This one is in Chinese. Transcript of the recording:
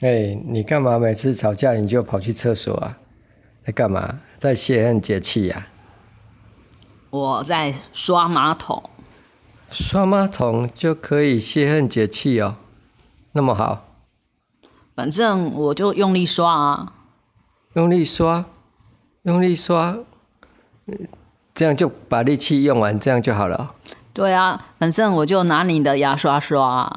哎、你干嘛每次吵架你就跑去厕所啊？在干嘛？在泄恨解气啊呀、我在刷马桶，刷马桶就可以泄恨解气哦，那么好，反正我就用力刷啊。用力刷，用力刷，嗯这样就把力气用完，这样就好了哦、对啊，反正我就拿你的牙刷刷啊。